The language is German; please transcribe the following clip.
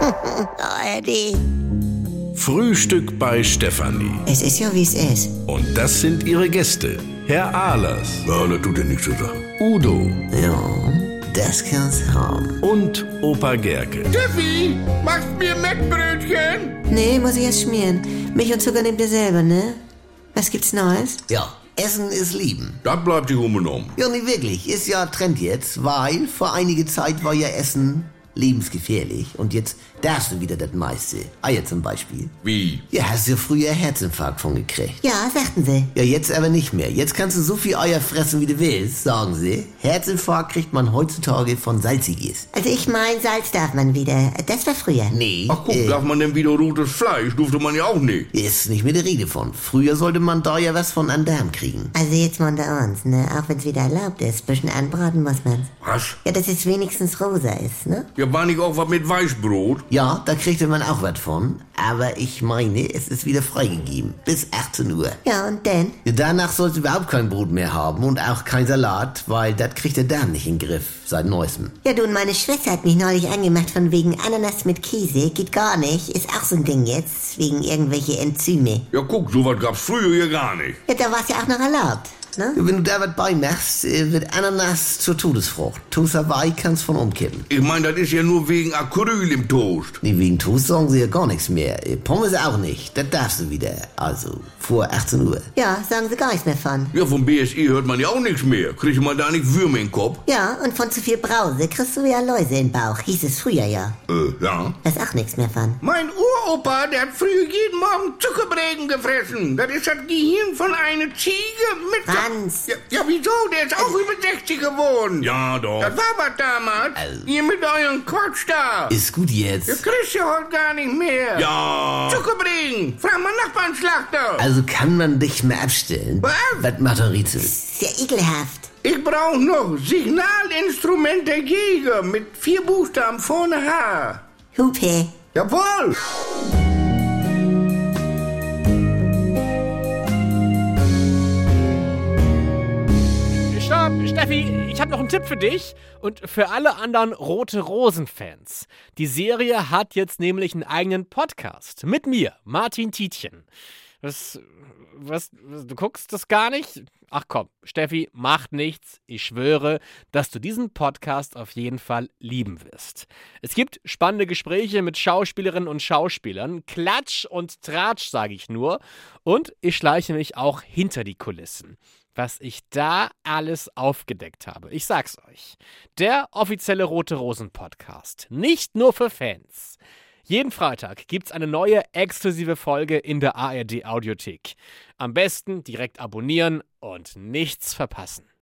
Oh, Eddie. Frühstück bei Stefanie. Es ist ja, wie es ist. Und das sind ihre Gäste. Herr Ahlers, Ja, das tut ja nichts zu sagen. Udo Ja, das kann's haben. und Opa Gerke. Tiffy, machst mir Mettbrötchen? Nee, muss ich erst schmieren. Milch und Zucker nehmt ihr selber, ne? Was gibt's Neues? Ja, Essen ist Lieben. Das bleibt die Hummel um. Ja, nee, wirklich. Ist ja Trend jetzt, weil vor einige Zeit war ja Essen lebensgefährlich. Und jetzt darfst du wieder das meiste. Eier zum Beispiel. Wie? Ja, hast du früher Herzinfarkt von gekriegt. Ja, sagten sie. Ja, jetzt aber nicht mehr. Jetzt kannst du so viel Eier fressen, wie du willst, sagen sie. Herzinfarkt kriegt man heutzutage von Salziges. Also ich mein, Salz darf man wieder. Das war früher. Nee, äh, Ach Äh. guck, darf man denn wieder rotes Fleisch? Durfte man ja auch nicht. ist nicht mehr die Rede von. Früher sollte man da ja was von an Darm kriegen. Also jetzt mal unter uns, ne? Auch wenn's wieder erlaubt ist. Bisschen anbraten muss man's. Was? Ja, dass es wenigstens rosa ist, ne? Ja, war nicht auch was mit Weißbrot? Ja, da kriegte man auch was von. Aber ich meine, es ist wieder freigegeben. Bis 18 Uhr. Ja, und dann? Ja, Danach sollst du überhaupt kein Brot mehr haben und auch kein Salat, weil das kriegt der Darm nicht in den Griff, seit neuestem. Ja, du und meine Schwester hat mich neulich angemacht von wegen Ananas mit Käse. Geht gar nicht. Ist auch so ein Ding jetzt. Wegen irgendwelche Enzyme. Ja, guck, sowas gab's früher ja gar nicht. Ja, da war's ja auch noch erlaubt, ne? Ja, Wenn du da was beimachst, äh, wird Ananas zur Todesfrucht. Toast Hawaii kannst von umkippen. Ich mein, das ist ja nur wegen Acryl im Toast. Nee, wegen Toast sagen sie ja gar nichts mehr. Äh, Pommes auch nicht, das darfst du wieder. Also, vor 18 Uhr. Ja, sagen sie gar nichts mehr von. Ja, vom BSI hört man ja auch nichts mehr. Kriegt man da nicht Würmer in den Kopf? Ja, und von zu viel Brause kriegst du ja Läuse im Bauch. Hieß es früher ja. Äh, ja. Das auch nichts mehr von. Mein Uropa, der hat früher jeden Morgen Zuckerbrägen gefressen. Das ist das Gehirn von einer Ziege mit... Franz. Ja, ja, wieso? Der ist auch über 60 geworden. Äh. Ja, doch. Das war was damals. Also- Ihr mit eurem Quatsch da. Ist gut Das jetzt. kriegst du heute gar nicht mehr. Ja. Zuckerbrägen. Frag mal Nachbarnschlachter. Also kann man dich mehr abstellen. Was? Was macht er Rätsel? Ist ja ekelhaft. Ich brauche noch Signalinstrument der Jäger mit vier Buchstaben vorne H. Hupe. Jawohl! Stopp, Steffi, ich habe noch einen Tipp für dich und für alle anderen Rote Rosen-Fans. Die Serie hat jetzt nämlich einen eigenen Podcast mit mir, Martin Tietjen. Was, was, was, du guckst das gar nicht? Ach komm, Steffi, macht nichts. Ich schwöre, dass du diesen Podcast auf jeden Fall lieben wirst. Es gibt spannende Gespräche mit Schauspielerinnen und Schauspielern. Klatsch und Tratsch, sage ich nur. Und ich schleiche mich auch hinter die Kulissen was ich da alles aufgedeckt habe. Ich sag's euch. Der offizielle Rote Rosen Podcast. Nicht nur für Fans. Jeden Freitag gibt's eine neue exklusive Folge in der ARD Audiothek. Am besten direkt abonnieren und nichts verpassen.